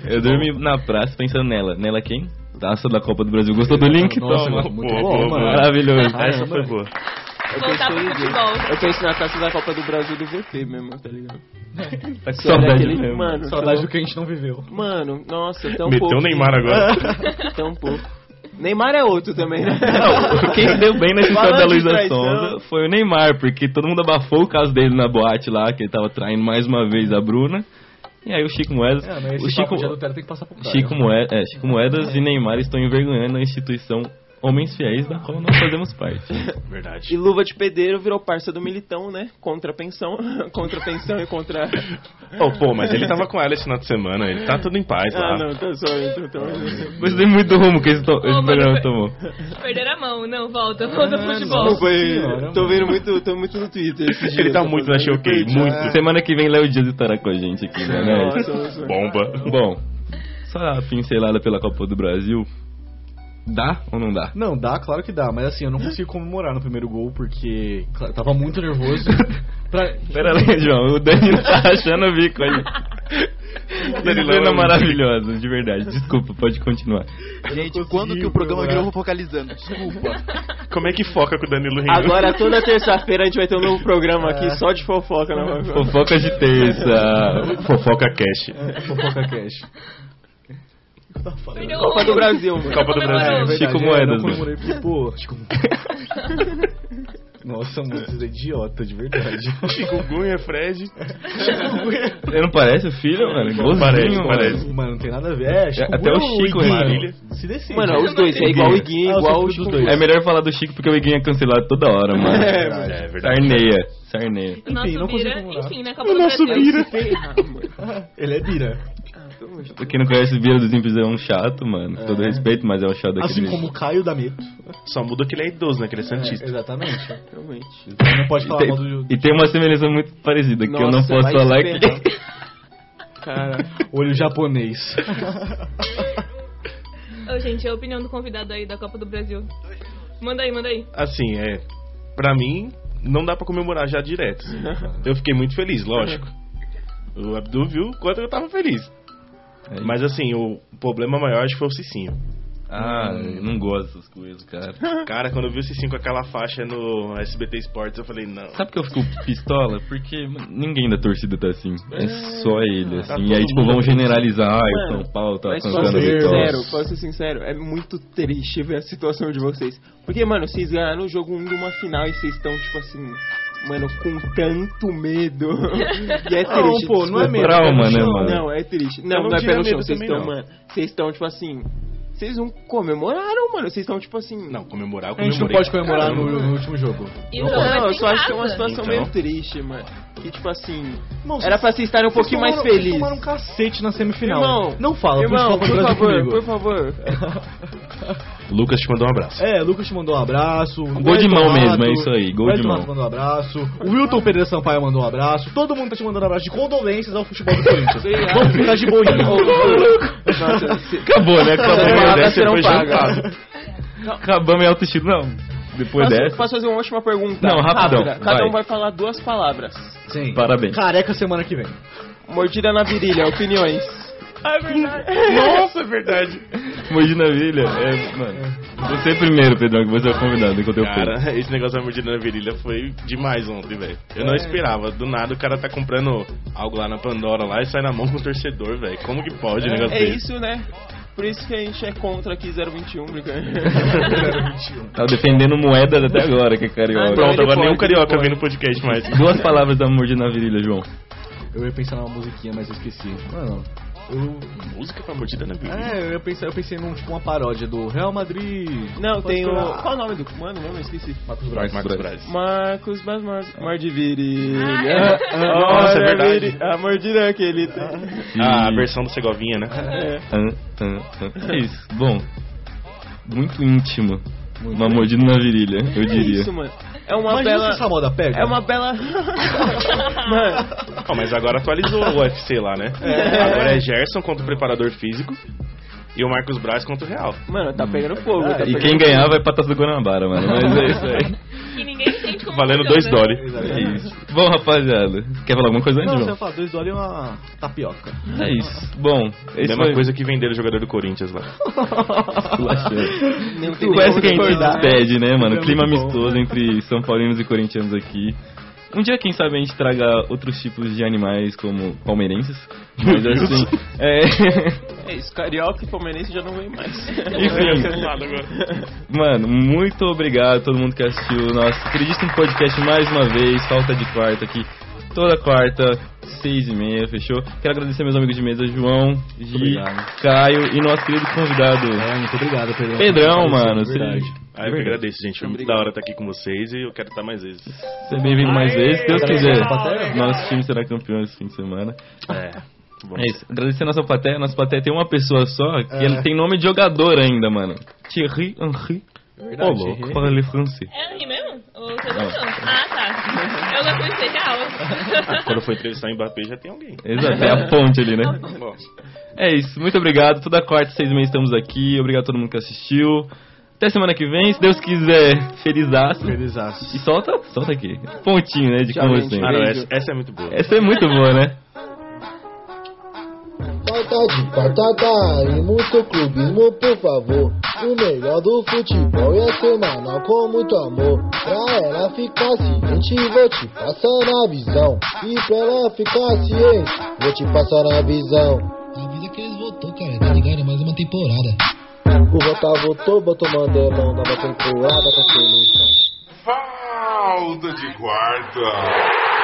S5: Eu dormi na praça pensando nela. Nela quem? Taça da Copa do Brasil. Gostou do link?
S8: Nossa,
S5: Toma.
S8: mano, muito
S3: Boa,
S8: bom,
S3: boa,
S8: mano.
S3: boa.
S5: Maravilhoso.
S8: Ah,
S3: Essa
S8: é,
S3: foi
S8: mano.
S3: boa.
S6: Eu
S7: Voltar
S6: pensei
S7: pro
S6: em-
S7: futebol.
S6: Eu penso na taça da Copa do Brasil do VP mesmo, tá ligado?
S5: Tá com
S6: Você olha
S5: saudade
S6: aquele-
S5: mesmo.
S6: Mano,
S8: Saudade do
S6: tão-
S8: que a gente não viveu.
S3: um
S6: Mano, nossa, tão
S3: Meteu
S6: pouco. né?
S3: o Neymar agora.
S6: <laughs> Tão pouco. Neymar é outro também, né?
S5: Não, quem se deu bem na história
S6: Falando
S5: da
S6: de
S5: Luísa
S6: traição.
S5: Sonza foi o Neymar, porque todo mundo abafou o caso dele na boate lá, que ele tava traindo mais uma vez a Bruna. E aí o Chico Moedas.
S8: É, mas esse
S5: o Chico,
S8: papo de adultério tem que passar pro cara.
S5: Chico, Moe- é, Chico Moedas e Neymar estão envergonhando a instituição Homens Fiéis, da qual nós fazemos parte.
S6: E
S3: É. Verdade.
S6: Luva de Pedreiro virou parça do Militão, né? Contra a pensão. <laughs> contra a pensão e contra...
S3: Oh, pô, mas ele tava com ela esse final de semana, ele tá tudo em paz
S6: Ah,
S3: lá.
S6: não, tô só... Tô, tô...
S5: Gostei muito do rumo que esse, to- esse
S7: mano,
S5: programa
S7: foi-
S5: tomou.
S7: Perderam a mão. Não, volta. Volta pro futebol.
S6: Desculpa aí,
S8: senhora,
S6: tô vendo muito, tô muito no Twitter esses dias.
S3: Ele tá
S6: tô
S3: muito na
S6: fazendo
S3: Showcase,
S6: muito.
S3: muito.
S5: Semana que vem Léo Dias estará com a gente aqui, né? né?
S6: Nossa, nossa.
S3: Bomba.
S5: Bom, só a pincelada pela Copa do Brasil. Dá ou não
S3: <laughs>
S5: dá?
S8: Não, dá, claro que dá, mas assim, eu não consigo comemorar no primeiro gol porque cla- eu tava muito
S5: <laughs>
S8: nervoso. Pra- <laughs>
S5: Pera aí, João, o Danilo <laughs> tá rachando o bico aí. Que
S3: é
S5: cena maravilhosa, de verdade. Desculpa, pode continuar.
S1: Gente,
S8: consigo
S1: quando que o programa
S8: comemorar.
S1: virou focalizando? Desculpa.
S3: Como é que foca com o Danilo Rindo?
S6: Agora, toda terça-feira, a gente vai ter um novo programa aqui só de fofoca. né, Não,
S5: É. Fofoca de terça.
S3: <laughs> Fofoca Cash.
S8: Fofoca Cash.
S7: Perdeu o
S6: Copa do Brasil, mano.
S3: Copa do Brasil.
S5: Chico
S8: Verdade, é,
S5: Moedas,
S8: eu comemorei porque, pô, Chico <laughs> Nossa, mano, vocês é idiota, de verdade.
S3: <laughs> Chico Gunha, Fred.
S5: Ele não parece o filho, mano? Igualzinho,
S3: Parece,
S5: mano.
S3: parece.
S8: Mano, não tem nada a ver. É, Chico
S5: Até o
S8: Moedas ou
S5: Chico,
S8: Iguinho?
S5: Marília.
S8: Se decide.
S6: Mano, os dois, é igual o Iguinho,
S8: Ah, eu
S6: igual
S8: sou
S6: o
S8: tudo
S6: Chico
S8: dois.
S5: É melhor falar do Chico porque o Iguinho é cancelado toda hora, <laughs> mano.
S6: É,
S3: É verdade.
S5: Sarneia, sarneia.
S7: O nosso
S8: Enfim, não consigo
S7: Bira,
S8: comemorar.
S7: enfim, na Copa do Brasil.
S8: Ele é bira.
S5: Pra quem não conhece, Bira dos Simples é um chato, mano. Com todo respeito, mas é um chato daquele
S8: Assim como o Caio D'Ameto.
S3: Só muda que ele é idoso, né? Que ele é santista.
S8: exatamente.
S6: Realmente.
S8: Ele não pode
S5: E
S8: falar mal do...
S5: tem, e tem uma semelhança muito parecida que eu não
S6: Nossa,
S5: posso
S6: vai
S5: falar
S6: esperar.
S5: que.
S6: Cara,
S8: Olho japonês.
S7: Ô, gente, a opinião do convidado aí da Copa do Brasil. Manda aí, manda aí.
S3: Assim, é. Pra mim, não dá pra comemorar já direto. assim. Eu fiquei muito feliz, lógico. O Abdu viu o quanto eu tava feliz.
S5: <laughs> É.
S3: Mas assim, o problema maior acho que foi o Cicinho.
S5: Ah, eu não gosto dessas coisas, cara.
S3: Cara, quando eu vi o Cicinho com aquela faixa no SBT Sports, eu falei, não.
S5: Sabe que eu fico pistola? Porque mano, ninguém da torcida tá assim. É só ele,
S3: tá
S5: assim. E aí,
S3: todo
S5: tipo,
S3: mundo
S5: vão
S3: assim.
S5: generalizar. Ah, o
S6: Mano,
S5: São Paulo tá
S6: Mas posso
S5: cantando
S6: ser
S5: vitória.
S6: sincero, posso ser sincero, é muito triste ver a situação de vocês. Porque, mano, vocês ganharam o jogo 1 de uma final e vocês estão, tipo assim, mano, com tanto medo. <laughs> E é triste.
S8: Não, pô, não é
S6: desculpa.
S8: medo.
S5: Trauma, né,
S8: é no chão,
S5: mano?
S6: Não, é triste.
S3: Eu
S6: Não,
S3: não
S6: não, é
S3: tinha
S6: pé no
S3: medo
S6: chão. Vocês
S3: também,
S6: estão,
S3: não.
S6: mano. Vocês estão, tipo assim. Vocês não comemoraram, mano. Vocês estão, tipo assim.
S3: Não, comemorar, eu
S8: A gente não
S3: comemorei.
S8: pode comemorar no, no último jogo.
S7: E o
S6: Não,
S7: jogo vai
S6: eu
S7: ser em
S6: só acho que é uma
S7: casa.
S6: situação
S3: Então.
S6: meio triste, mano. Que, tipo assim.
S8: Irmão,
S6: Era pra vocês estarem um pouquinho mais felizes.
S8: tomaram um cacete na semifinal.
S6: Irmão,
S8: não fala,
S6: Irmão, por
S8: favor,
S6: favor,
S8: comigo.
S6: por favor.
S3: Lucas te mandou um abraço.
S8: É, Lucas te mandou um abraço. o
S5: Gol de
S8: Wellington
S5: mão mesmo,
S8: Rato,
S5: é isso aí, gol de
S8: Wellington
S5: mão.
S8: Rato mandou um abraço. O Wilton Pereira Sampaio mandou um abraço. Todo mundo tá te mandando um abraço de condolências ao futebol do Corinthians.
S6: Obrigado.
S8: Vamos ficar de boinha.
S6: Ô, <laughs> ô, Nossa, se-
S5: Acabou, né? Acabou
S6: Essas
S5: depois
S6: palavras
S5: dessa,
S6: serão
S5: depois
S6: pagas.
S5: jantado. Acabou minha autoestima. Não, depois
S6: Posso,
S5: dessa.
S6: posso fazer uma última pergunta?
S5: Não, rapidão,
S6: Rápida. Cada
S5: vai.
S6: um vai falar duas palavras.
S8: Sim.
S5: Parabéns.
S8: Careca semana que vem.
S6: Mordida na virilha, opiniões.
S3: Nossa, é verdade.
S5: Imagina a vilha. É, mano. Você primeiro, Pedrão, que você é o convidado enquanto eu falo.
S3: Cara, <laughs> esse negócio da mordida na virilha foi demais ontem, velho. Eu não esperava. Do nada o cara tá comprando algo lá na Pandora lá e sai na mão com o torcedor, velho. Como que pode um negócio
S6: É
S3: desse?
S6: isso, né? Por isso que a gente é contra aqui 021, brincadeira.
S5: Tá defendendo moedas até agora, que é
S6: Ah,
S5: carioca.
S3: Pronto,
S6: Ele
S3: agora
S6: pode,
S3: nenhum
S6: ele
S3: um carioca
S6: pode.
S3: vem no podcast mais.
S5: Duas palavras da mordida na virilha, João.
S8: Eu ia pensar numa musiquinha, mas eu esqueci. é Mano, eu...
S3: <laughs> Música pra mordida na virilha.
S8: É, eu, ia pensar, eu pensei num, tipo, uma paródia do Real Madrid.
S6: Não,
S8: Pode
S6: tem o.
S8: chorar.
S6: Qual o nome do. Mano, não, eu esqueci.
S8: Marcos Braz.
S3: Marcos, Braz.
S6: Marcos Basmar. Mordivirilha.
S7: Ah,
S3: Nossa, é verdade.
S6: A mordida que ele tem.
S3: Ah, a
S5: E-
S3: versão do Segovinha, né?
S6: É.
S5: Tan, tan, tan. É isso. Bom, muito íntimo.
S8: Muito
S5: Uma mordida na virilha, eu
S6: É
S5: diria.
S6: isso, mano. É uma
S8: Imagina se essa
S6: bela.
S8: moda pega.
S6: É uma bela. mano,
S3: Ó, mas agora atualizou o UFC lá, né? Agora é Gerson contra o preparador físico e o Marcos Braz contra o Real.
S6: mano, tá pegando fogo. tá
S5: E
S6: pegando
S5: quem
S6: fogo.
S5: ganhar vai pra Taça do Guanabara, mano. Mas é isso aí.
S7: Que ninguém entende como né?
S3: Valendo
S7: funciona.
S3: 2 dólares.
S5: É isso. Bom, rapaziada, quer falar alguma coisa antes,
S8: Não, você
S5: João?
S8: vai falar dois dólares e uma tapioca.
S5: É isso. Bom, esse
S3: Mesma
S5: foi...
S3: É coisa que venderam o jogador do Corinthians lá.
S5: <laughs> Relaxando.
S6: Não
S5: Conhece
S6: tem como
S5: que a gente se
S6: discordar.
S5: despede, né, mano?
S8: Foi
S5: Clima
S8: muito bom.
S5: amistoso entre São Paulinos e Corintianos aqui. Um dia, quem sabe, a gente traga outros tipos de animais como palmeirenses. Mas assim. é, <laughs>
S6: É isso, carioca e palmeirense já não vem mais.
S5: Mano, muito obrigado a todo mundo que assistiu o nosso queridíssimo podcast mais uma vez, falta de quarta aqui. Toda quarta, seis e meia, fechou? Quero agradecer meus amigos de mesa, João, Gi,
S8: obrigado.
S5: Caio e nosso querido convidado.
S8: É, muito obrigado, Pedrão.
S5: Pedrão,
S8: Apareceu,
S5: mano,
S8: Verdade.
S3: Ah, eu que agradeço, gente. Foi muito da hora estar aqui com vocês e eu quero estar mais vezes.
S5: Seja é bem-vindo mais
S4: Aê,
S5: vezes, se Deus
S8: legal,
S5: quiser.
S8: legal.
S5: Nosso time será campeão esse fim de semana.
S3: É. Bom,
S5: É isso. Agradecer a nossa plateia. Nossa plateia tem uma pessoa só que
S8: É.
S5: ele tem nome de jogador ainda, mano. Thierry Henry. Ô,
S8: Verdade.
S5: louco, fala francês.
S7: É Henri mesmo? Ou você não? Ah, tá. Eu não conheci
S3: <laughs>
S7: real.
S3: Quando eu for entrevistar o Mbappé, já tem alguém.
S5: Exato, é a ponte ali, né?
S3: Bom,
S5: É isso, muito obrigado. Toda quarta, seis meses estamos aqui. Obrigado a todo mundo que assistiu. Até semana que vem, se Deus quiser. Feliz aço.
S8: Feliz aço.
S5: E solta, solta aqui. Pontinho, né? De
S6: Tchau,
S5: como
S6: gente.
S5: sempre.
S3: ah, não, essa, essa é muito boa.
S5: Essa é muito boa, né?
S9: Patati, patata e muito clubismo, por favor. O melhor do futebol é semanal com muito amor. Pra ela ficar ciente, vou te passar a visão. E pra ela ficar ciente, vou te passar a visão. Avisa que eles voltou, cara, tá ligado? Mais uma temporada. O Rota voltou, botou mandelão, nova temporada com a seleção.
S4: Falta de quarta.